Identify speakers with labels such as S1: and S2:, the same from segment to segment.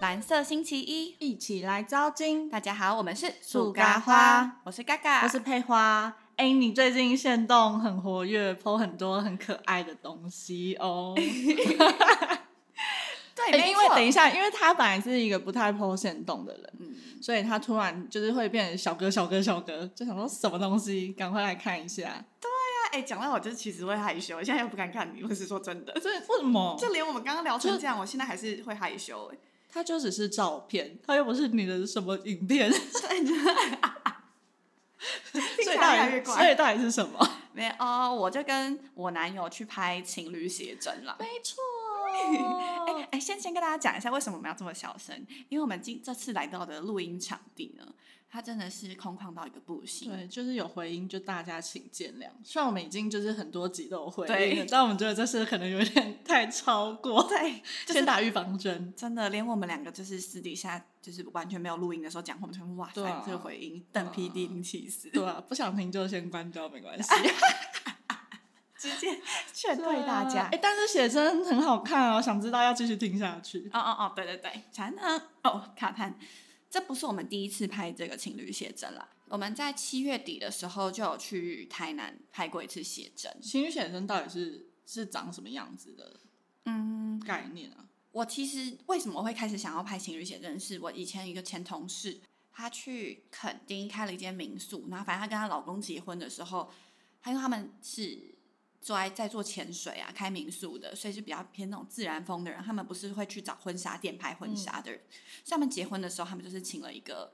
S1: 蓝色星期一，
S2: 一起来招金。
S1: 大家好，我们是
S2: 树咖花，
S1: 我是嘎嘎，
S2: 我是佩花。哎、你最近线动很活跃，PO 很多很可爱的东西 哦。
S1: 对，
S2: 哎
S1: 哎没
S2: 因为
S1: 错
S2: 等一下，因为他本来是一个不太 PO 线动的人，
S1: 嗯
S2: 所以他突然就是会变成小哥小哥小哥，就想说什么东西，赶快来看一下。
S1: 那哎，讲到我就其实会害羞，现在又不敢看你，我是说真的，
S2: 这为什么？
S1: 就连我们刚刚聊成
S2: 就
S1: 这样，我现在还是会害羞哎。
S2: 他就只是照片，他又不是你的什么 影片，
S1: 听起
S2: 所以
S1: 来越
S2: 到
S1: 来越
S2: 底
S1: 怪
S2: 所以到底是什么？
S1: 没有哦，我就跟我男友去拍情侣写真了。
S2: 没 错。
S1: 哎、哎、先先跟大家讲一下为什么我们要这么小声，因为我们今这次来到的录音场地呢，它真的是空旷到一个不行。
S2: 对，就是有回音，就大家请见谅。虽然我们已经就是很多集都有回
S1: 对
S2: 音了，但我们觉得这次可能有点太超过，
S1: 对，就是
S2: 先打预防针。
S1: 真的，连我们两个就是私底下就是完全没有录音的时候讲话，我们全部哇塞、
S2: 对啊
S1: 这个回音，邓
S2: 啊
S1: PD 零气死，
S2: 对啊，不想听就先关掉，没关系。
S1: 直接劝退大
S2: 对啊
S1: 家
S2: 哎、。但是写真很好看哦，想知道要继续听下去。
S1: 哦哦哦，对对对，反正呢哦卡痰，这不是我们第一次拍这个情侣写真啦。我们在七月底的时候就有去台南拍过一次写真。
S2: 情侣写真到底是是长什么样子的
S1: 嗯，
S2: 概念啊？
S1: 我其实为什么会开始想要拍情侣写真，是我以前一个前同事，她去垦丁开了一间民宿，然后反正她跟她老公结婚的时候，她因为他们是做在在做潜水啊，开民宿的，所以是比较偏那种自然风的人，他们不是会去找婚纱店拍婚纱的人，所以他们结婚的时候，他们就是请了一个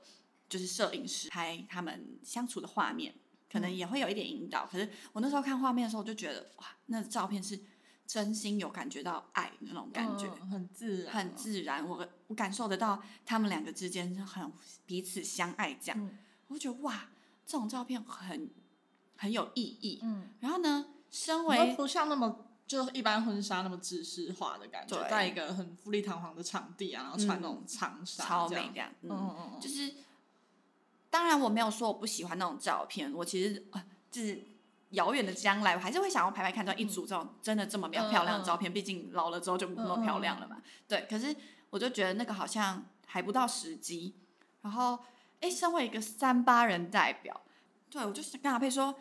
S1: 就是摄影师拍他们相处的画面。可能也会有一点引导，可是我那时候看画面的时候，就觉得哇，那照片是真心有感觉到爱的那种感觉，
S2: 嗯很自然哦，
S1: 很自然，我我感受得到他们两个之间很彼此相爱这样，
S2: 嗯
S1: 我就觉得哇，这种照片很很有意义。
S2: 嗯，
S1: 然后呢，身
S2: 我
S1: 为
S2: 不像那么。就是一般婚纱那么制式化的感觉，
S1: 对嗯
S2: 在一个很富丽堂皇的场地啊，然后穿那种长纱，
S1: 超
S2: 这
S1: 美
S2: 样
S1: 这样，嗯，
S2: 嗯嗯，
S1: 就是当然我没有说我不喜欢那种照片，我其实、呃、就是遥远的将来，我还是会想要拍拍看到一组这种真的这么漂漂亮的照
S2: 嗯
S1: 片，毕竟老了之后就不那么漂亮了嘛。对，可是我就觉得那个好像还不到时机。然后，哎，身为一个三八人代表，对我就是跟阿佩说，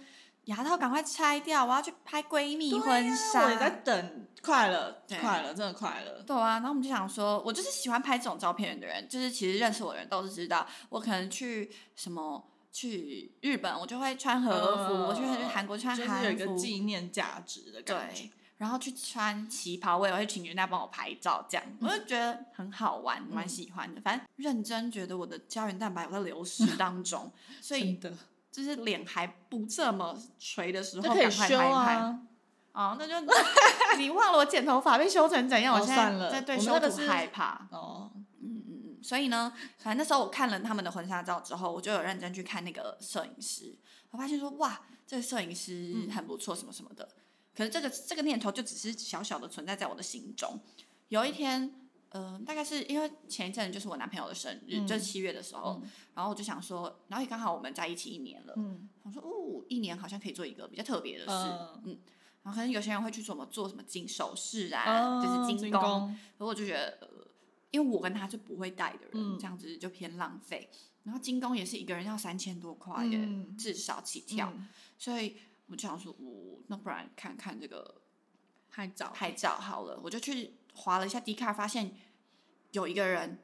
S1: 牙套赶快拆掉，我要去拍闺蜜婚纱。
S2: 啊我也在等，快了，
S1: 对
S2: 快了，真的快了。
S1: 对啊，然后我们就想说，我就是喜欢拍这种照片的人，就是其实认识我的人都是知道，我可能去什么去日本，我就会穿和服；我去
S2: 嗯
S1: 韩国穿
S2: 就是有
S1: 韩
S2: 一个
S1: 服，
S2: 纪念价值的感觉
S1: 对。，然后去穿旗袍，我也会请人家帮我拍照，这样、我就觉得很好玩，
S2: 嗯
S1: 蛮喜欢的。反正认真觉得我的胶原蛋白我在流 失当中，所以
S2: 真的，
S1: 就是脸还不这么垂的时
S2: 这
S1: 候，
S2: 可以
S1: 赶快
S2: 修
S1: 拍一拍。
S2: 啊。
S1: 哦，那就 你忘了我剪头发被修成怎样？
S2: 哦
S1: 我现在
S2: 算了
S1: 在对
S2: 我
S1: 修
S2: 们那个
S1: 图
S2: 是
S1: 害怕。
S2: 哦，
S1: 所以呢，反正那时候我看了他们的婚纱照之后，我就有认真去看那个摄影师，我发现说哇，这个摄影
S2: 嗯
S1: 师很不错，什么什么的。可是这个这个念头就只是小小的存在在我的心中。有一天，呃，大概是因为前一阵就是我男朋友的生日，
S2: 嗯
S1: 就是七月的时候，然后我就想说，然后也刚好我们在一起一年了，
S2: 嗯
S1: 我说哦，一年好像可以做一个比较特别的事，
S2: 嗯
S1: 嗯。然后可能有些人会去做什么做什么金首饰啊，
S2: 哦
S1: 就是
S2: 精
S1: 工，
S2: 工
S1: 可我就觉得，呃，因为我跟他是不会带的人，
S2: 嗯
S1: 这样子就偏浪费。然后精工也是一个人要三千多块耶，
S2: 嗯
S1: 至少起跳，
S2: 嗯
S1: 所以我就想说，我、那不然看看这个
S2: 拍照，
S1: 拍照好了，我就去划了一下 d 卡，发现有一个人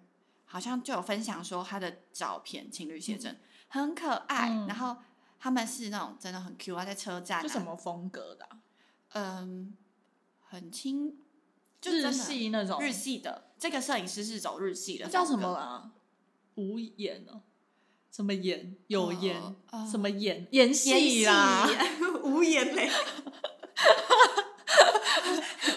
S1: 好像就有分享说他的照片，情侣写真、很可爱，
S2: 嗯
S1: 然后他们是那种真的很 Q 啊，在车站、啊，
S2: 就什么风格的啊？
S1: 嗯，很轻，就真
S2: 日
S1: 的
S2: 系那种，
S1: 日系的，这个摄影师是走日系的风
S2: 那
S1: 格，
S2: 哦叫什么啊？无眼哦，什么眼？有眼
S1: 哦？呃
S2: 什么眼？演戏啦！
S1: 演戏， 无言嘞。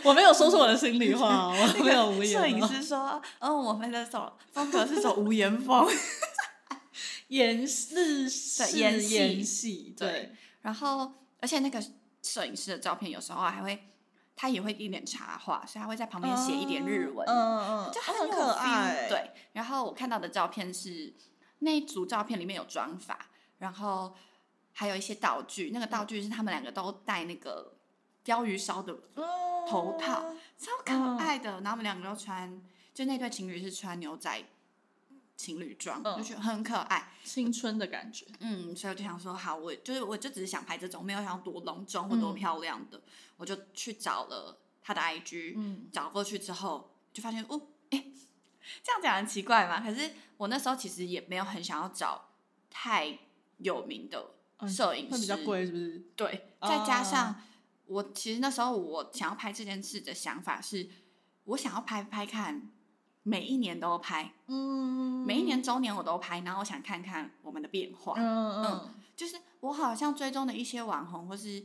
S2: 我没有说出我的心里话 哦，我没有无
S1: 摄
S2: 眼
S1: 影
S2: 哦。
S1: 师说：“嗯，我们的走风格是走无言 风。
S2: 演日式
S1: 演戏
S2: 演戏，对
S1: 对，然后，而且那个摄影师的照片有时候还会，他也会一点插画，所以他会在旁边写一点日文，
S2: 嗯嗯，
S1: 就
S2: 哦
S1: 很有
S2: 可
S1: feel，
S2: 爱。
S1: 对，然后我看到的照片是那一组照片里面有妆法，然后还有一些道具，那个道具是他们两个都戴那个鲷鱼烧的
S2: 哦嗯
S1: 头套超可爱的。然后我们两个都穿就那对情侣是穿牛仔情侣装，
S2: 嗯
S1: 就觉得很可爱。
S2: 青春的感觉。
S1: 嗯，所以我就想说，好，我就是我就只是想拍这种，没有想要多隆重或多
S2: 嗯
S1: 漂亮的，我就去找了他的 IG，、
S2: 嗯
S1: 找过去之后就发现，哦，哎、这样讲很奇怪嘛。可是我那时候其实也没有很想要找太有名的
S2: 嗯
S1: 摄影师，
S2: 会比较贵是不是？
S1: 对，再加上
S2: 啊
S1: 我其实那时候我想要拍这件事的想法是，我想要拍拍看，每一年都拍，
S2: 嗯
S1: 每一年周年我都拍，然后我想看看我们的变化。
S2: 嗯
S1: 嗯
S2: 嗯
S1: 就是我好像追踪的一些网红或是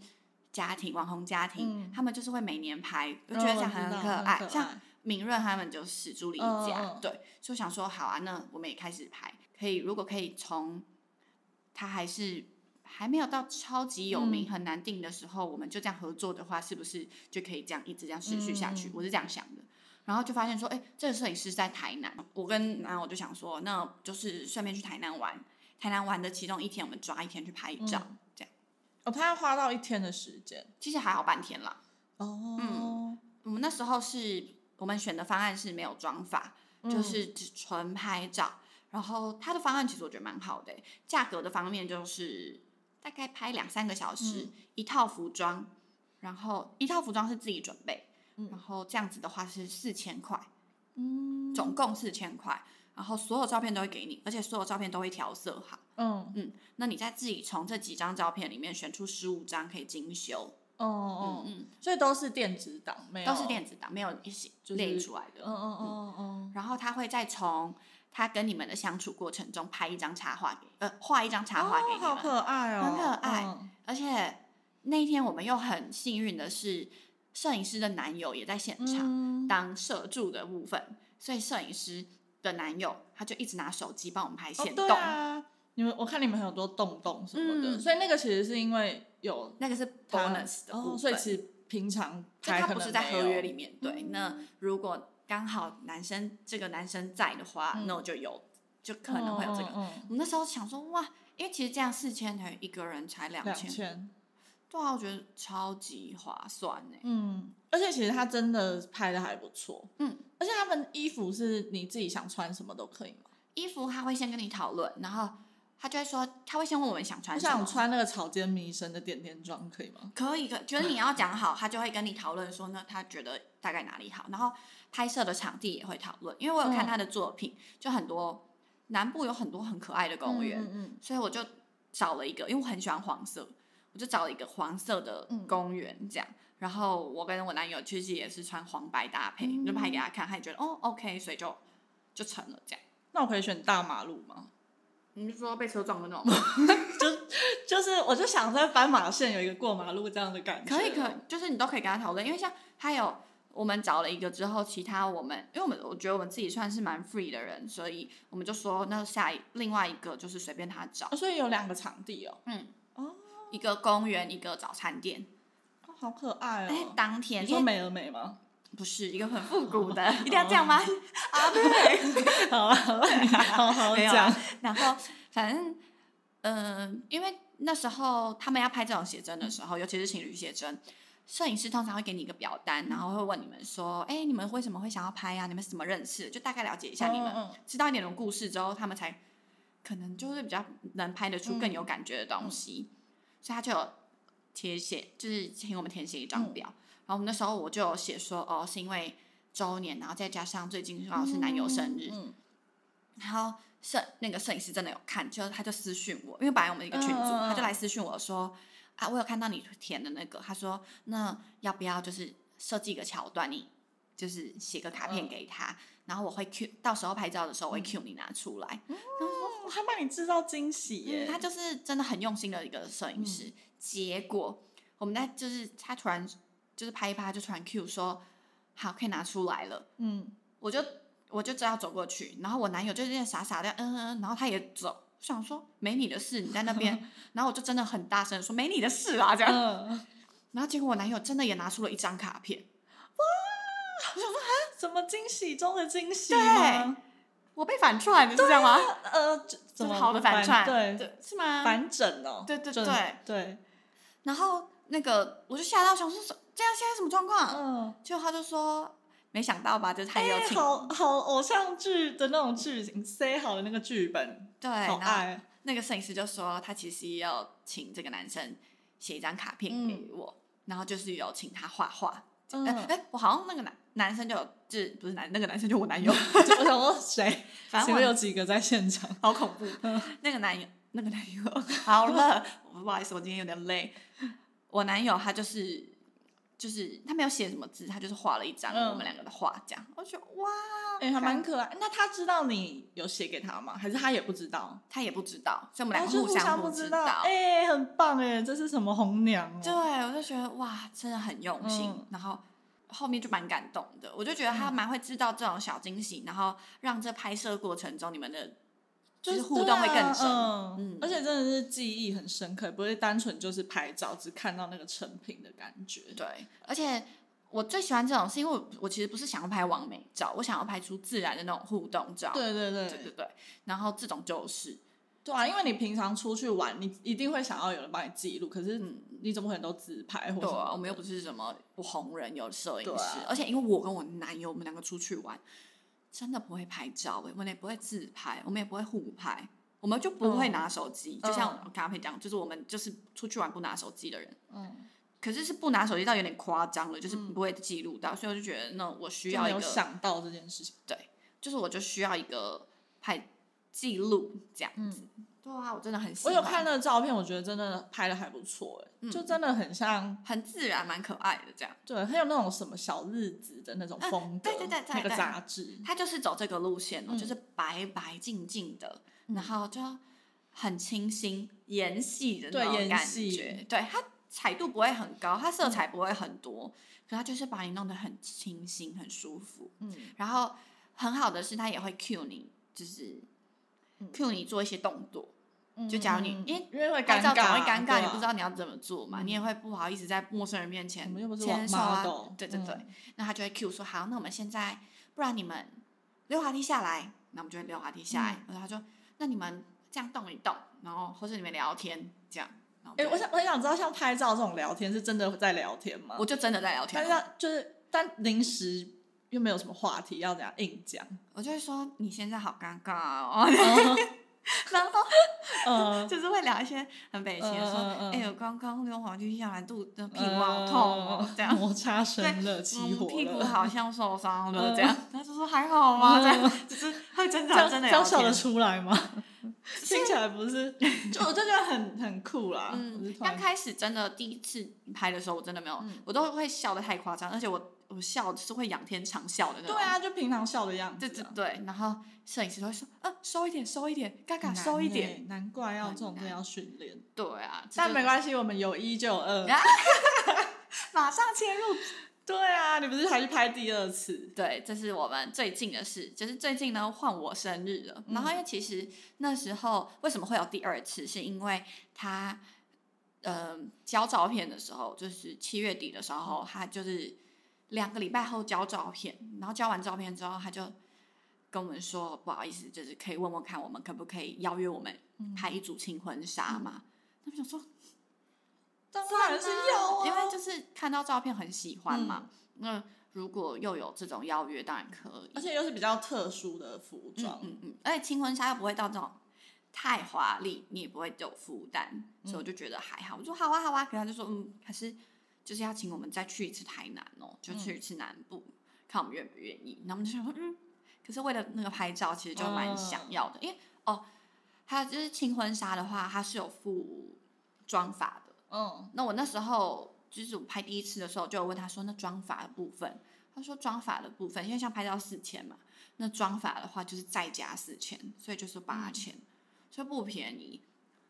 S1: 家庭网红家庭，
S2: 嗯
S1: 他们就是会每年拍，我
S2: 嗯，
S1: 觉得这
S2: 我
S1: 样
S2: 知道
S1: 可爱。
S2: 很
S1: 像敏润他们就是朱莉一家，
S2: 嗯嗯嗯
S1: 对，所以我想说好啊，那我们也开始拍，可以如果可以从他还是还没有到超级有名、
S2: 嗯
S1: 很难定的时候，我们就这样合作的话，是不是就可以这样一直这样持续下去？
S2: 嗯
S1: 我是这样想的。然后就发现说，哎，这个摄影师在台南，我跟男友就想说，那就是顺便去台南玩。台南玩的其中一天，我们抓一天去拍照，
S2: 嗯
S1: 这样
S2: 哦，他要花到一天的时间
S1: 其实还好半天啦。
S2: 哦，
S1: 我们那时候是我们选的方案是没有妆法，就
S2: 嗯
S1: 是只纯拍照。然后它的方案其实我觉得蛮好的欸、价格的方面就是大概拍两三个小时、
S2: 嗯
S1: 一套服装，然后一套服装是自己准备，
S2: 嗯
S1: 然后这样子的话是四千块，
S2: 嗯
S1: 总共四千块。然后所有照片都会给你，而且所有照片都会调色好。
S2: 嗯
S1: 那你再自己从这几张照片里面选出十五张可以精修，
S2: 哦哦，
S1: 嗯
S2: 所以都是电子档，没有
S1: 都是电子档，没有一起
S2: 就是
S1: 列出来的。
S2: 嗯嗯嗯嗯
S1: 然后他会再从他跟你们的相处过程中拍一张插画给，呃，画一张插画给
S2: 哦，
S1: 你
S2: 好
S1: 们。
S2: 可爱哦，
S1: 很可爱
S2: 嗯
S1: 而且那一天我们又很幸运的是，摄影师的男友也在现场、
S2: 嗯
S1: 当摄助的部分，所以摄影师的男友他就一直拿手机帮我们拍
S2: 哦
S1: 现动。
S2: 对啊，你们我看你们很多洞洞什么的，
S1: 嗯
S2: 所以那个其实是因为有
S1: 那个是
S2: 它
S1: bonus 的部分，
S2: 哦，所以其实平常
S1: 就
S2: 拍
S1: 他
S2: 可
S1: 不
S2: 能
S1: 是在
S2: 没
S1: 合
S2: 有
S1: 约里面。对，那
S2: 嗯
S1: 如果刚好男生这个男生在的话，
S2: 嗯
S1: 那我就有，就可能会有这个。
S2: 嗯嗯
S1: 我那时候想说哇，因为其实这样四千等于一个人才两
S2: 两
S1: 千，
S2: 千，
S1: 对啊，我觉得超级划算呢。欸
S2: 嗯，而且其实他真的拍的还不错，
S1: 嗯，
S2: 而且他们衣服是你自己想穿什么都可以吗？
S1: 衣服他会先跟你讨论，然后他就会说，他会先问我们想
S2: 我
S1: 穿什么。
S2: 想穿那个草间弥生的点点装可以吗？
S1: 可以，可觉得你要讲好，他就会跟你讨论说呢，他觉得大概哪里好，然后拍摄的场地也会讨论，因为我有看
S2: 嗯
S1: 他的作品，就很多南部有很多很可爱的公园，
S2: 嗯嗯
S1: 所以我就找了一个，因为我很喜欢黄色，我就找了一个黄色的
S2: 嗯
S1: 公园这样。然后我跟我男友其实也是穿黄白搭配，
S2: 嗯
S1: 就拍给他看，他也觉得哦 OK，所以就就成了这样。
S2: 那我可以选大马路吗？
S1: 你是说被车撞的那 种吗？
S2: 就是我就想在斑马线有一个过马路这样的感觉，
S1: 可以，可以，就是你都可以跟他讨论，因为像还有我们找了一个之后，其他我们，因为我们我觉得我们自己算是蛮 free 的人，所以我们就说那下一另外一个就是随便他找
S2: 哦，所以有两个场地哦，
S1: 一个公园，一个早餐店。
S2: 哦好可爱
S1: 哎、
S2: 哦。
S1: 当天
S2: 你
S1: 因
S2: 说
S1: 为
S2: 美而美吗？
S1: 不是一个很复古的，一定要这样吗？啊，对。
S2: 好了啊 好了，你好好
S1: 没有
S2: 讲
S1: 啊。 然后反正，嗯、因为那时候他们要拍这种写真的时候，尤其是情侣写真，摄影师通常会给你一个表单，然后会问你们说：“哎、你们为什么会想要拍呀、你们是怎么认识的？”就大概了解一下你们，
S2: 嗯嗯
S1: 知道一点点故事之后，他们才可能就是比较能拍得出
S2: 嗯
S1: 更有感觉的东西，所以他就有填写，就是请我们填写一
S2: 嗯
S1: 张表。然后我们那时候我就有写说：“哦，是因为周年，然后再加上最近刚好是男友生日，
S2: 嗯
S1: 然后摄那个摄影师真的有看，就他就私讯我，因为本来我们一个群组，
S2: 嗯嗯嗯
S1: 他就来私讯我说啊，我有看到你填的那个，他说那要不要就是设计一个桥段，你就是写个卡片
S2: 嗯
S1: 给他，然后我会 Q，到时候拍照的时候我会 Q 你拿出来。
S2: 哦他帮你制造惊喜
S1: 嗯
S2: 耶，
S1: 他就是真的很用心的一个摄影
S2: 嗯
S1: 师。结果我们在就是他突然就是拍一拍，他就突然 Q 说好可以拿出来了。
S2: 嗯，
S1: 我就我就知道走过去，然后我男友就在那傻傻的，嗯嗯，嗯，然后他也走，我想说没你的事，你在那 边，然后我就真的很大声地说没你的事啊这样，
S2: 嗯，
S1: 然后结果我男友真的也拿出了一张卡片，
S2: 什么惊喜中的惊喜
S1: 对
S2: 吗？
S1: 我被反串，你是这样吗？
S2: 呃，这
S1: 这
S2: 怎
S1: 是
S2: 么
S1: 好的反串，
S2: 对，
S1: 是吗？
S2: 反整哦，
S1: 对对
S2: 整
S1: 对
S2: 对，
S1: 然后那个我就吓到，想说这样现在什么状况？
S2: 嗯，
S1: 结果他就说没想到吧，就是他也有
S2: 哎、
S1: 请、
S2: 好好偶像剧的那种剧情塞好的那个剧本，
S1: 对，
S2: 好
S1: 然后
S2: 爱。
S1: 那个摄影师就说他其实要请这个男生写一张卡片给我，然后就是有请他画画。哎、
S2: 嗯，
S1: 哎我好像那个男男生就有，就是不是男那个男生就我 男友，
S2: 就我想说谁？
S1: 反
S2: 请
S1: 正我
S2: 问有几个在现场？
S1: 好恐怖。那个男友，那个男友， 好了，我不好意思，我今天有点累。我男友他就是就是他没有写什么字，他就是画了一张
S2: 嗯
S1: 我们两个的画，这样。我就觉得哇，
S2: 哎、还蛮可爱。那他知道你有写给他吗？还是他也不知道？
S1: 他也不知道，所以我
S2: 我
S1: 们两个
S2: 哦互
S1: 相
S2: 不
S1: 知
S2: 道。哎、很棒哎，这是什么红娘、哦？
S1: 对，我就觉得哇，真的很用心，
S2: 嗯
S1: 然后后面就蛮感动的。我就觉得他蛮会制造这种小惊喜，然后让这拍摄过程中你们的就是互动会更深。
S2: 对啊嗯
S1: 嗯
S2: 而且真的是记忆很深刻，不会单纯就是拍照，只看到那个成品的感觉。
S1: 对，而且我最喜欢这种，是因为我我其实不是想要拍完美照，我想要拍出自然的那种互动照。
S2: 对对对
S1: 对对对，然后这种就是，
S2: 对啊！因为你平常出去玩，你一定会想要有人帮你记录，可是
S1: 嗯
S2: 你怎么可能都自拍或
S1: 对
S2: 什么的？
S1: 啊，我们又不是什么红人，有摄影
S2: 对
S1: 师，
S2: 啊
S1: 而且因为我跟我男友，我们两个出去玩，真的不会拍照、欸，我们也不会自拍，我们也不会互拍，我们就不会
S2: 嗯
S1: 拿手机，就像
S2: 嗯
S1: 我刚才讲，就是我们就是出去玩不拿手机的人。
S2: 嗯，
S1: 可是是不拿手机到有点夸张了，就是不会记录到，所以我就觉得，那我需
S2: 就
S1: 要
S2: 没
S1: 一
S2: 有
S1: 个
S2: 想到这件事情。
S1: 就是我就需要一个拍记录这样子。对啊，我真的很喜
S2: 嗯我
S1: 欢，
S2: 有看那个照片，我觉得真的拍的还不错，哎、
S1: 嗯
S2: 就真的很像，
S1: 很自然，蛮可爱的这样。
S2: 对，很有那种什么小日子的那种风格，
S1: 啊对对对对
S2: 那个
S1: 对
S2: 杂志，
S1: 他就是走这个路线哦，
S2: 嗯
S1: 就是白白净净的，然后就很清新、盐系的那
S2: 对
S1: 种
S2: 盐
S1: 感
S2: 系
S1: 觉。对，它彩度不会很高，它
S2: 嗯
S1: 色彩不会很多，可它就是把你弄得很清新、很舒服。
S2: 嗯，
S1: 然后很好的是，它也会 cue 你，就是
S2: 嗯
S1: cue 你做一些动作。
S2: 嗯
S1: 就假如你
S2: 嗯嗯
S1: 因为
S2: 因为会
S1: 拍
S2: 尴
S1: 照
S2: 尬，
S1: 总会尴尬，
S2: 对
S1: 你
S2: 啊
S1: 不知道你要怎么做嘛，
S2: 嗯
S1: 你也会不好意思在陌生人面
S2: 我
S1: 前
S2: 们又不是网
S1: 牵手啊
S2: model，，
S1: 对对对，
S2: 嗯
S1: 那他就会 Q 说好，那我们现在不然你们溜滑梯下来，那我们就会溜滑梯下来，
S2: 嗯
S1: 然后他说那你们这样动一动，然后或是你们聊天这样，然后
S2: 哎、
S1: 就
S2: 我想我很想知道，像拍照这种聊天是真的在聊天吗？
S1: 我就真的在聊天
S2: 但
S1: 哦
S2: 是
S1: 了，
S2: 要就是但临时又没有什么话题要怎样硬讲，
S1: 我就会说你现在好尴尬哦， 呃然后
S2: 嗯，
S1: 就是会聊一些很北气的
S2: 嗯嗯
S1: 说，
S2: 嗯
S1: 哎呦刚刚溜滑梯下来肚子屁股好痛哦
S2: 嗯，
S1: 这样。
S2: 摩擦生热，起
S1: 嗯，
S2: 火
S1: 屁股
S2: 了
S1: 好像受伤了
S2: 嗯
S1: 这样，他就说还好吗？
S2: 嗯
S1: 这样，就是会真
S2: 这
S1: 的
S2: 样
S1: 真
S2: 这
S1: 的
S2: 样
S1: 有
S2: 笑得
S1: 天，
S2: 出来吗？ 听起来不是，就我就觉得很很酷啦。我
S1: 嗯
S2: 就，突
S1: 刚
S2: 然嗯
S1: 开始真的第一次拍的时候，我真的没有，我都会笑得太夸张，而且我我笑是会仰天长笑的那种。
S2: 对，啊，就平常笑的样子
S1: 对
S2: 啊。
S1: 对对，然后摄影师都会说，呃，收一点，收一点，嘎嘎，
S2: 很难
S1: 收一
S2: 欸
S1: 点。，
S2: 难怪要这种
S1: 很
S2: 真
S1: 难
S2: 的要训练。
S1: 对啊，这
S2: 但
S1: 就
S2: 没关系，我们有一就有二。
S1: 马上切入。
S2: 对啊，你不是还去拍第二次？
S1: 对，这是我们最近的事，就是最近呢换我生日了。然
S2: 嗯
S1: 后因为其实那时候为什么会有第二次，是因为他呃交照片的时候，就是七月底的时候，他就是两个礼拜后交照片，然后交完照片之后，他就跟我们说不好意思，就是可以问问看我们可不可以邀约我们
S2: 嗯
S1: 拍一组庆婚纱嘛。那我想说
S2: 当然是要啊，嗯
S1: 因为就是看到照片很喜欢嘛。那如果又有这种邀约，当然可以。
S2: 而且又是比较特殊的服装，
S1: 嗯嗯，而且轻婚纱又不会到这种太华丽，你也不会有负担，所以我就觉得还好。我说好啊好啊，可是他就说嗯，还是就是要请我们再去一次台南哦，就去一次南部，看我们愿不愿意。然后我们就想说嗯，可是为了那个拍照，其实就蛮想要的，因为哦，还有就是轻婚纱的话，它是有附妆法的。
S2: 嗯，
S1: 那我那时候就是我拍第一次的时候，就有问他说那妆法的部分，他说妆法的部分，因为像拍照四千嘛，那妆法的话就是再加四千，所以就是
S2: 嗯
S1: 八千、所以不便宜。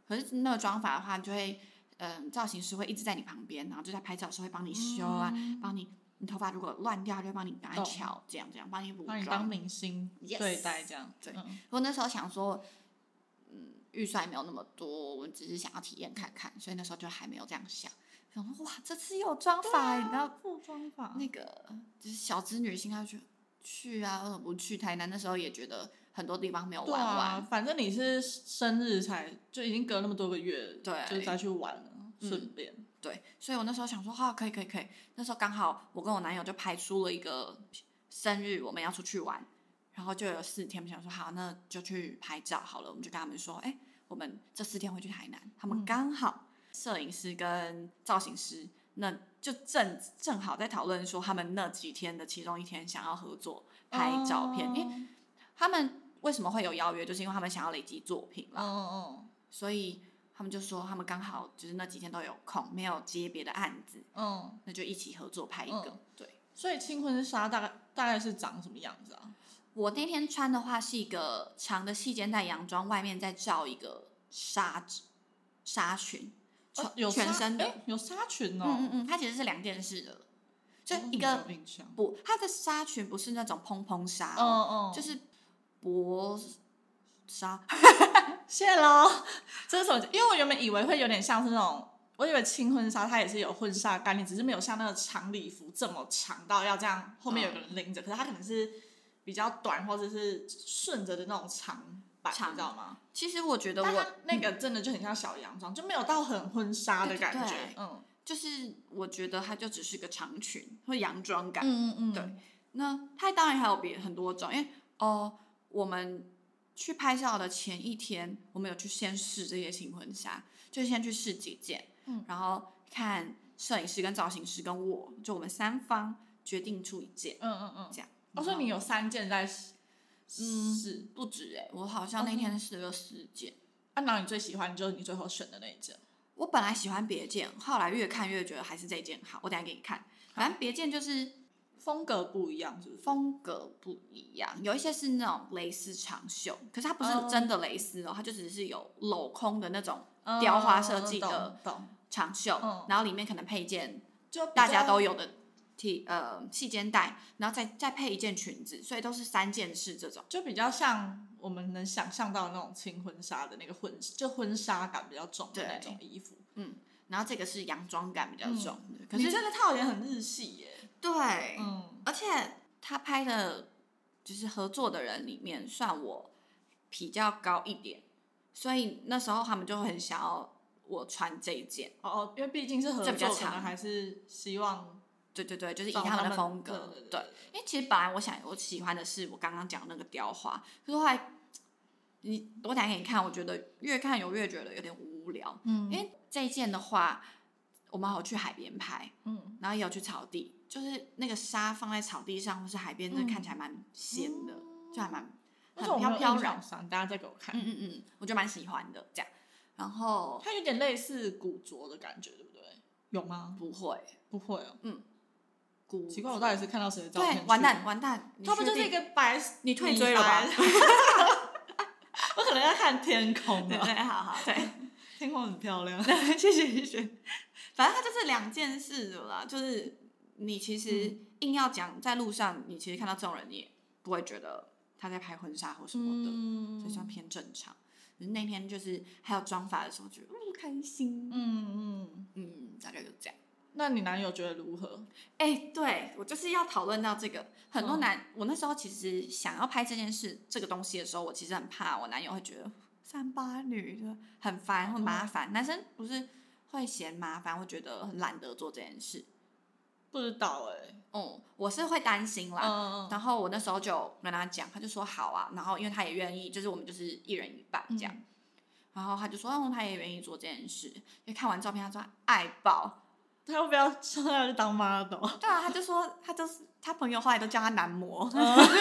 S1: 可是那个妆法的话，就会嗯，造型师会一直在你旁边，然后就在拍照的时候会帮你修啊，帮你你头发如果乱掉，就会帮你赶快
S2: 嗯懂
S1: 调，这样这样帮你补
S2: 把你
S1: 妆
S2: 当。明星
S1: Yes
S2: 对待这样，
S1: 对
S2: 嗯
S1: 我那时候想说，嗯，预算也没有那么多，我只是想要体验看看，所以那时候就还没有这样想。想说哇，这次有啊妆法耶，然后
S2: 服装法
S1: 那个就是小资女性，她就觉得去啊，为什么不去？台南那时候也觉得很多地方没有
S2: 对
S1: 玩
S2: 啊
S1: 完，，
S2: 反正你是生日才就已经隔那么多个月，
S1: 对
S2: 就是再去玩了，
S1: 嗯
S2: 顺便
S1: 哦对，所以我那时候想说，哈、可以可以可以。那时候刚好我跟我男友就排出了一个生日我们要出去玩，然后就有四天，想说好，那就去拍照好了。我们就跟他们说，哎、我们这四天会去台南，他们
S2: 嗯
S1: 刚好摄影师跟造型师，那就正正好在讨论说他们那几天的其中一天想要合作拍照片，因为
S2: 嗯
S1: 他们为什么会有邀约，就是因为他们想要累积作品啦。
S2: 嗯
S1: 所以他们就说他们刚好就是那几天都有空，没有接别的案子，
S2: 嗯嗯，
S1: 那就一起合作拍一个。
S2: 嗯
S1: 对
S2: 所以庆婚纱大概大概是长什么样子啊？
S1: 我那天穿的话是一个长的细肩带洋装，外面再罩一个纱质纱裙，全、
S2: 哦有纱
S1: 全身的。
S2: 诶有纱裙哦，
S1: 嗯嗯嗯，它其实是两件式的，就
S2: 哦
S1: 一
S2: 没
S1: 个
S2: 有印象，
S1: 不，它的纱裙不是那种蓬蓬纱
S2: 嗯
S1: 哦，
S2: 嗯，
S1: 就是薄纱，
S2: 谢喽。 这是什么？因为我原本以为会有点像是那种，我以为轻婚纱它也是有婚纱概念，只是没有像那个长礼服这么长到要这样后面有个人拎着，可是它可能是比较短或者是顺着的那种长版，
S1: 长
S2: 你知道吗？
S1: 其实我觉得
S2: 但
S1: 我
S2: 它那个真的就很像小洋装，就没有到很婚纱的感
S1: 对
S2: 觉
S1: 对对。
S2: 嗯
S1: 就是我觉得它就只是个长裙或洋装感，
S2: 嗯嗯
S1: 对那它当然还有别很多种，因为哦，我们去拍照的前一天，我们有去先试这些新婚纱，就先去试几件，
S2: 嗯
S1: 然后看摄影师跟造型师跟我，就我们三方决定出一件，
S2: 嗯嗯嗯。
S1: 这样。
S2: 哦，所以你有三件在试，
S1: 嗯
S2: 试。
S1: 不止哎、我好像那天试了四件。
S2: 按啊照你最喜欢，就是你最后选的那一件。
S1: 我本来喜欢别件，后来越看越觉得还是这件好。我等一下给你看，反正别件就是
S2: 风格不一样，是不是？
S1: 风格不一样，有一些是那种蕾丝长袖，可是它不
S2: 哦
S1: 是真的蕾丝哦，它就只是有镂空的那种雕花设计的
S2: 嗯哦懂懂
S1: 长袖，
S2: 嗯
S1: 然后里面可能配一件
S2: 就比较
S1: 大家都有的 T 呃细肩带，然后再再配一件裙子，所以都是三件式这种。
S2: 就比较像我们能想象到的那种轻婚纱的那个婚，就婚纱感比较重的那
S1: 对
S2: 种衣服。
S1: 然后这个是洋装感比较重的，可
S2: 你
S1: 是
S2: 这个套也很日系耶。
S1: 对，
S2: 嗯，
S1: 而且他拍的，就是合作的人里面，算我比较高一点，所以那时候他们就很想要我穿这一件。
S2: 哦哦，因为毕竟是合
S1: 这
S2: 作，
S1: 比较
S2: 可能
S1: 长
S2: 还是希望
S1: 对对对，就是以
S2: 照
S1: 他
S2: 们
S1: 的风格。
S2: 对对
S1: 对，因为其实本来我想我喜欢的是我刚刚讲的那个雕花，可是后来你我打给你看，我觉得越看有越觉得有点无聊。
S2: 嗯
S1: 因为这一件的话，我们好去海边拍，
S2: 嗯，
S1: 然后也有去草地，就是那个沙放在草地上或是海边，
S2: 嗯
S1: 真的看起来蛮鲜的，
S2: 哦
S1: 就还蛮
S2: 为什么
S1: 很
S2: 嗯我没
S1: 飘飘
S2: 有印
S1: 然
S2: 象。上？大家再给我看
S1: 嗯，嗯嗯，我就蛮喜欢的这样。然后
S2: 它有点类似古着的感觉，对不对？有吗？
S1: 不会
S2: 不会哦，
S1: 古
S2: 奇怪，我到底是看到谁的照片去
S1: 对
S2: 的？
S1: 完蛋完蛋，你
S2: 它不
S1: 确
S2: 就是
S1: 定
S2: 一个白？
S1: 你退追了吧
S2: 白 我可能要看天空
S1: 对
S2: 了，
S1: 对，好好对。
S2: 天空很漂亮。
S1: 谢谢谢谢。反正它就是两件事的啦，就是你其
S2: 嗯
S1: 实硬要讲，在路上你其实看到这种人，你也不会觉得他在拍婚纱或什么的，
S2: 嗯
S1: 所以算偏正常。可是那天就是还有妆发的时候，觉得嗯开心，
S2: 嗯嗯，
S1: 嗯，大概就这样。
S2: 那你男友觉得如何？
S1: 哎、对我就是要讨论到这个，很多男，我那时候其实想要拍这件事这个东西的时候，我其实很怕我男友会觉得三八女就很烦或麻烦，男生不是会嫌麻烦，会觉得很懒得做这件事。
S2: 不知道哎、
S1: 嗯，我是会担心啦。
S2: 嗯
S1: 然后我那时候就有跟他讲，他就说好啊，然后因为他也愿意，就是我们就是一人一半这样，然后他就说，嗯，他也愿意做这件事。因为看完照片，他说他爱爆，
S2: 他要不要上来就当 model？
S1: 对啊，他就说他就是他朋友后来都叫他男模，
S2: 嗯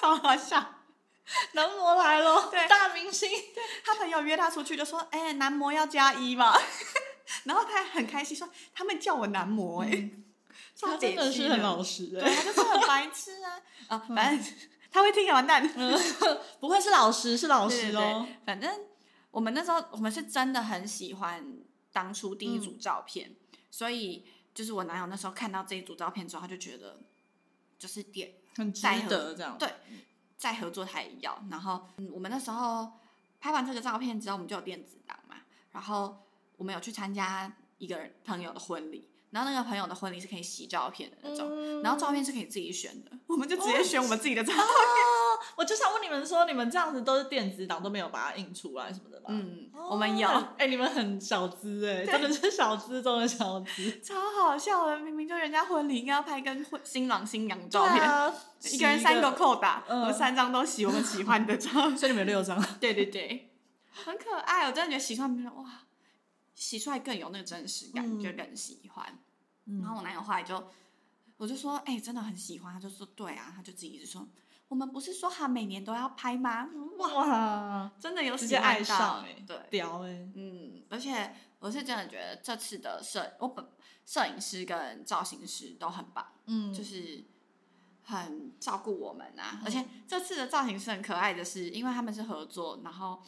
S1: 超好笑。
S2: 男模来了，
S1: 对
S2: 大明星，
S1: 他朋友约他出去就说：“哎、男模要加一嘛。” 然后他还很开心说：“他们叫我男模、 哎、超
S2: 嗯他真
S1: 解
S2: 的
S1: 气
S2: 是很老嗯实哎、
S1: 对，他就是很白痴 啊。啊，反正 他会听啊完蛋。
S2: 不会是老师，是嗯老
S1: 对
S2: 师哦。
S1: 对，反正我们那时候我们是真的很喜欢当初第一组
S2: 嗯
S1: 照片，所以就是我男友那时候看到这一组照片之后，他就觉得就是点
S2: 很值得这样。
S1: 对再合作他也要。然后，嗯，我们那时候拍完这个照片之后，我们就有电子档嘛。然后我们有去参加一个人朋友的婚礼，然后那个朋友的婚礼是可以洗照片的那种，
S2: 嗯
S1: 然后照片是可以自己选的，我们就直接选我们自己的照片。
S2: 哦，我就想问你们说，你们这样子都是电子档都没有把它印出来什么的吧？
S1: 嗯，
S2: 哦，
S1: 我们有，
S2: 哎、你们很小资哎、真的是小资中的小资。
S1: 超好笑的，明明就人家婚礼应该要拍跟婚新郎新娘照
S2: 对
S1: 片，
S2: 啊，
S1: 一个人三个
S2: 个，
S1: 扣打，
S2: 嗯
S1: 我们三张都洗我们喜欢的照片。
S2: 所以你们有六张。
S1: 对对对，很可爱，我真的觉得洗出来别人哇，洗出来更有那个真实感，
S2: 嗯
S1: 就更喜欢。
S2: 嗯
S1: 然后我男友后来就，我就说，哎、真的很喜欢，他就说对啊，他就自己一直说，我们不是说好每年都要拍吗？嗯哇，
S2: 哇，
S1: 真的有
S2: 直
S1: 喜
S2: 接
S1: 欢
S2: 爱
S1: 到
S2: 上哎、
S1: 对，
S2: 屌哎、
S1: 嗯，而且我是真的觉得这次的摄，我本摄影师跟造型师都很棒，
S2: 嗯，
S1: 就是很照顾我们啊。而且
S2: 嗯
S1: 这次的造型师很可爱的是，因为他们是合作，然后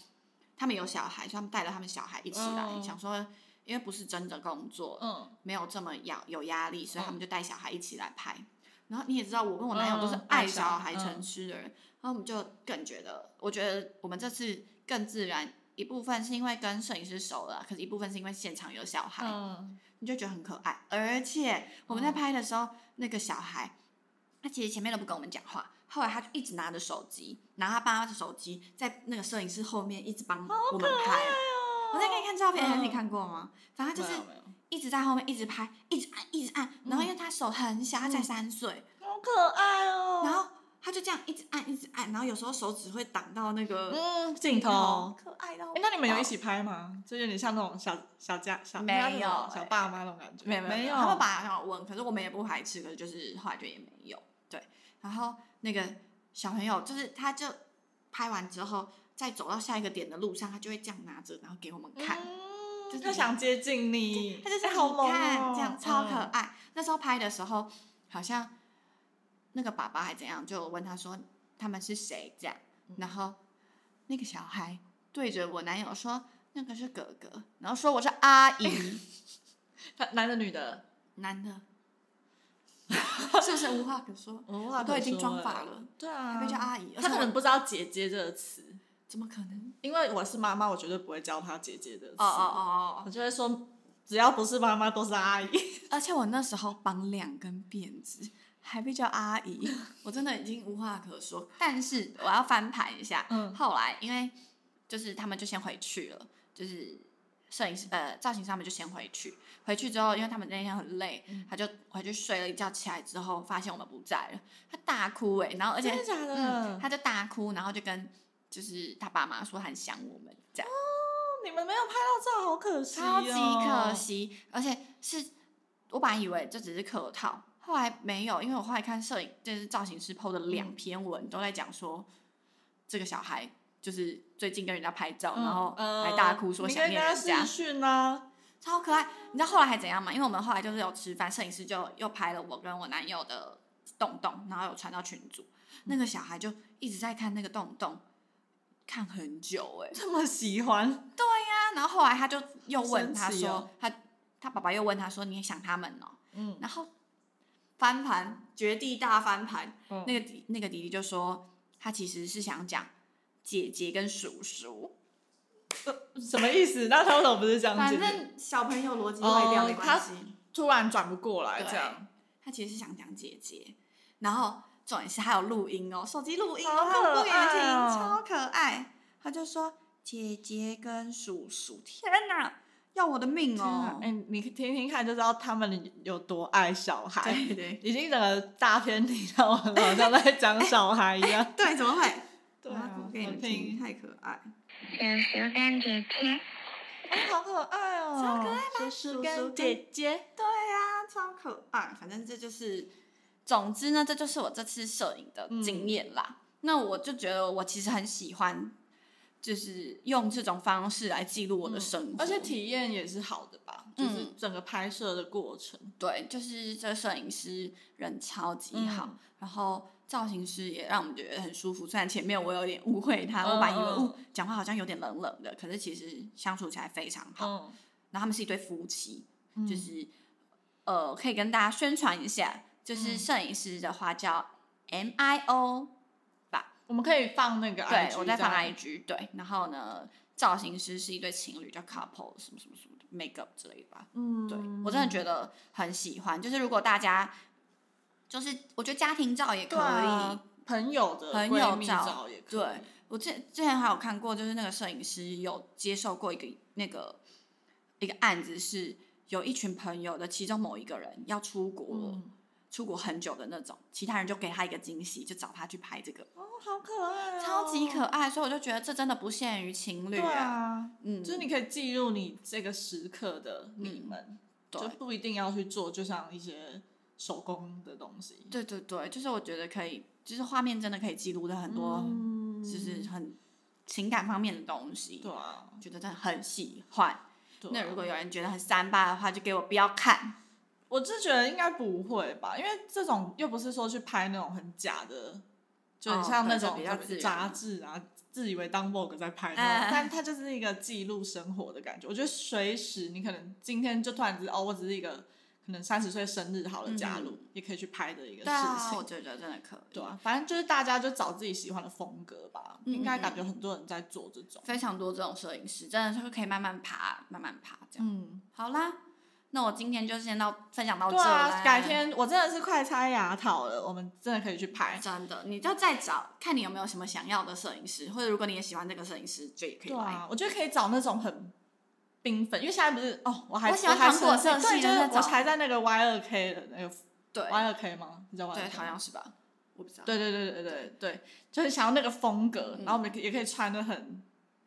S1: 他们有小孩，所以他们带了他们小孩一起来，
S2: 哦
S1: 想说因为不是真的工作，
S2: 嗯，
S1: 没有这么要有压力，所以他
S2: 嗯
S1: 们就带小孩一起来拍。然后你也知道，我跟我男友都是
S2: 嗯爱
S1: 爱
S2: 小
S1: 小
S2: 孩
S1: 孩
S2: 嗯
S1: 成痴的人，然后我们就更觉得，我觉得我们这次更自然。一部分是因为跟摄影师熟了，啊可是一部分是因为现场有小孩，
S2: 嗯，
S1: 你就觉得很可爱。而且我
S2: 哦
S1: 们在拍的时候，那个小孩，他其实前面都不跟我们讲话，后来他就一直拿着手机，拿他爸妈的手机，在那个摄影师后面一直帮我们拍。
S2: 哦
S1: 我再给你看照片，哎
S2: 嗯
S1: 你看过吗？反正他就是
S2: 没有没有
S1: 一直在后面一直拍，一直按，一直按。然后因为他手很小，他才三岁，
S2: 好可爱嗯哦、
S1: 然后他就这样一直按，一直按。然后有时候手指会挡到那个
S2: 嗯，镜头。
S1: 可爱到爆。
S2: 哎、那你们有一起拍吗？就有点像那种小小家小
S1: 没
S2: 那叫什么
S1: 有
S2: 小
S1: 哎
S2: 爸妈那种感觉，
S1: 没有
S2: 没
S1: 没有，他们把要问，可是我们也不排斥，可是就是后来就也没有。对，然后那个小朋友就是他就拍完之后，在走到下一个点的路上，他就会这样拿着，然后给我们看。
S2: 嗯
S1: 就是
S2: 他想接近你，
S1: 他就是
S2: 哎好萌
S1: 看、
S2: 哦
S1: 这样超可
S2: 嗯
S1: 爱。那时候拍的时候，好像那个爸爸还怎样，就问他说他们是谁这样，然后那个小孩对着我男友说那个是哥哥，然后说我是阿姨，
S2: 他男的女的，
S1: 男 的，是不是无话可说？
S2: 我
S1: 我都已经妆发，了，
S2: 对
S1: 还
S2: 啊，
S1: 被叫阿姨，而且
S2: 他可
S1: 我
S2: 能不知道“姐姐”这个词，
S1: 怎么可能？
S2: 因为我是妈妈，我绝对不会叫她姐姐的词，
S1: 哦哦哦哦
S2: 我就会说只要不是妈妈都是阿 姨，
S1: 哦！而且我那时候绑两根辫子。还被叫阿姨， 我真的已经无话可说。但是我要翻盘一下，
S2: 嗯
S1: 后来因为就是他们就先回去了，就是摄影师呃造型师他们就先回去，回去之后因为他们那天很累，他就回去睡了一觉，起来之后发现我们不在了，他大哭哎、然后而且
S2: 真的假的
S1: 嗯，？他就大哭，然后就跟就是他爸妈说他很想我们这样，
S2: 你们没有拍到照，好可惜、
S1: 超
S2: 哦，
S1: 级可。惜，而且是哦我本来以为这只是客套，后来没有，因为我后来看摄影就是造型师 PO 的两篇文、都在讲说这个小孩就是最近跟人家拍照，然后哦还大哭说想
S2: 嗯你
S1: 念
S2: 跟人
S1: 人
S2: 家
S1: 家
S2: 视，讯啊，
S1: 超可爱。你知道后来还怎样吗？因为我们后来就是有吃饭，摄影师就又拍了我跟我男友的洞洞，然后有传到群组，那个小孩就一直在看那个洞洞。看很久哎、
S2: 这么喜欢，
S1: 啊然后后来他就又问他
S2: 神奇
S1: 说，
S2: 哦
S1: 他他爸爸又问他说，你也想他们哦？
S2: 嗯，
S1: 然后翻盘，绝地大翻盘。
S2: 嗯
S1: 那个弟那个弟弟就说，他其实是想讲姐姐跟叔叔，
S2: 什么意思？那他为什么不是这样
S1: 反
S2: 解决
S1: 正小朋友逻辑外掉
S2: 哦
S1: 没关系。
S2: 突然转不过来
S1: 对
S2: 这样？
S1: 他其实是想讲姐姐，然后重点是还有录音哦，手机录音
S2: 好
S1: 哦，
S2: 可
S1: 看不远听，
S2: 爱哦
S1: 超可爱。他就说姐姐跟叔叔，天哪，要我的命
S2: 天啊
S1: 哦！
S2: 哎、你听听看就知道他们有多爱小 孩，
S1: 对对
S2: 已经整个大偏题到我们好像在讲小孩一样。
S1: 对，怎么会？
S2: 对
S1: 我要
S2: 啊，
S1: 读
S2: 我
S1: 给你们听，太可爱。
S3: 叔叔跟姐姐，
S2: 哎好可爱哦、
S1: 超可爱
S2: 吗？叔
S1: 叔
S2: 叔
S1: 叔
S2: 跟
S1: 跟
S2: 姐姐，
S1: 对呀、超可爱。反正这就是，总之呢，这就是我这次摄影的经验啦。那我就觉得我其实很喜欢，就是用这种方式来记录我的生活，
S2: 而且体验也是好的吧，就是
S1: 嗯
S2: 整个拍摄的过程。
S1: 对，就是这摄影师人超级好，
S2: 嗯
S1: 然后造型师也让我们觉得很舒服。虽然前面我有点误会他，我本来以为
S2: 嗯嗯
S1: 哦讲话好像有点冷冷的，可是其实相处起来非常好。
S2: 嗯，
S1: 然后他们是一对夫妻，
S2: 嗯
S1: 就是呃，可以跟大家宣传一下，就是
S2: 嗯
S1: 摄影师的话叫 M I O，
S2: 我们可以放那个 IG，
S1: 对我在放
S2: 这样
S1: IG，对，然后呢，造型师是一对情侣叫 couple 什么什么什么的 makeup 之类的吧，
S2: 嗯，
S1: 对我真的觉得很喜欢，就是如果大家就是我觉得家庭照也可以，
S2: 对啊朋友的
S1: 朋
S2: 闺
S1: 友
S2: 蜜
S1: 照
S2: 照也可以。
S1: 对我之之前还有看过，就是那个摄影师有接受过一个那个一个案子是。有一群朋友的，其中某一个人要出国了，
S2: 嗯，
S1: 出国很久的那种，其他人就给他一个惊喜，就找他去拍这个，
S2: 哦，好可爱、哦，
S1: 超级可爱。所以我就觉得这真的不限于情侣
S2: 对啊，
S1: 嗯，
S2: 就是你可以记录你这个时刻的你们，
S1: 嗯对
S2: 就不一定要去做，就像一些手工的东西，
S1: 对对对，就是我觉得可以，就是画面真的可以记录的很多，
S2: 嗯
S1: 就是很情感方面的东西。
S2: 对啊，
S1: 觉得真的很喜欢。
S2: 对啊
S1: 那如果有人觉得很三八的话，就给我不要看。
S2: 我是觉得应该不会吧，因为这种又不是说去拍那种很假的，就很
S1: 哦
S2: 像那
S1: 对就
S2: 种
S1: 比较
S2: 什么
S1: 自然
S2: 杂志啊，自以为当 Vogue 在拍那种，
S1: 哎
S2: 但它就是一个记录生活的感觉。我觉得随时你可能今天就突然知道，哦，我只是一个可能三十岁生日好了加入，也可以去拍的一个
S1: 嗯对
S2: 事
S1: 啊，我觉
S2: 情。
S1: 得真的可以。
S2: 对啊，反正就是大家就找自己喜欢的风格吧，
S1: 嗯
S2: 应该
S1: 嗯
S2: 感觉很多人在做这种。
S1: 非常多这种摄影师，真的就是可以慢慢爬，慢慢爬这样。
S2: 嗯，
S1: 好啦，那我今天就先到分享到这
S2: 对啊，
S1: 啦。
S2: 改天我真的是快拆牙套了，我们真的可以去拍。
S1: 真的，你就再找看你有没有什么想要的摄影师，或者如果你也喜欢这个摄影师，就也可以
S2: 对
S1: 来。
S2: 啊，我觉得可以找那种很缤纷，因为现在不是哦，我还
S1: 我喜欢
S2: 还
S1: 糖果色
S2: 生气
S1: 系的
S2: 对，
S1: 那
S2: 就是我
S1: 种
S2: 还在那个 Y 二 K 的那个 Y
S1: 对
S2: 二 K 吗？你知道 Y
S1: 对，
S2: 二
S1: 好
S2: K
S1: 像是吧？我不知道。，
S2: 对对对对对对，就是想要那个风格，
S1: 嗯
S2: 然后我们也可以穿的很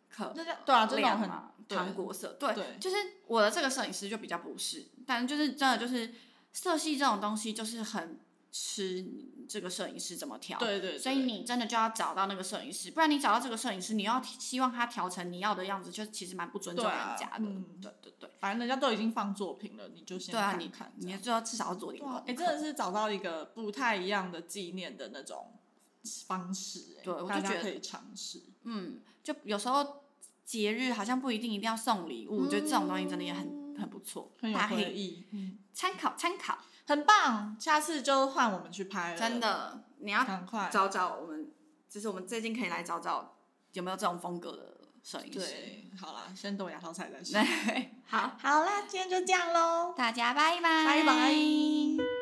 S1: 可
S2: 那叫对啊，就那
S1: 亮
S2: 种很
S1: 嘛，
S2: 对
S1: 糖果色，对，
S2: 对
S1: 就是我的这个摄影师就比较不是，但就是真的就是色系这种东西就是很吃你这个摄影师怎么调，，
S2: 对对对，
S1: 所以你真的就要找到那个摄影师，不然你找到这个摄影师，你要希望他调成你要的样子，就其实蛮不尊重
S2: 对
S1: 人
S2: 啊
S1: 家的，
S2: 嗯
S1: 对对对，
S2: 反正人家都已经放作品了，你就先
S1: 对啊，
S2: 看
S1: 你
S2: 看这
S1: 你
S2: 样
S1: 就要至少要做点
S2: 对
S1: 功
S2: 啊
S1: 课，，
S2: 哎，真的是找到一个不太一样的纪念的那种方式，哎
S1: 对我就
S2: 大家
S1: 觉得
S2: 可以尝试。
S1: 嗯，就有时候节日好像不一定一定要送礼物，我觉得这种东西真的也很嗯很不错，
S2: 很有
S1: 大家可
S2: 回
S1: 以
S2: 忆，嗯，
S1: 参考参考，
S2: 很棒，下次就换我们去拍了，
S1: 真的你要
S2: 赶快
S1: 找找我们，就是我们最近可以来找找有没有这种风格的摄影师。
S2: 对，好啦，先动牙套菜再说。
S1: 对，好，
S2: 好啦，今天就这样喽。
S1: 大家拜拜，
S2: 拜拜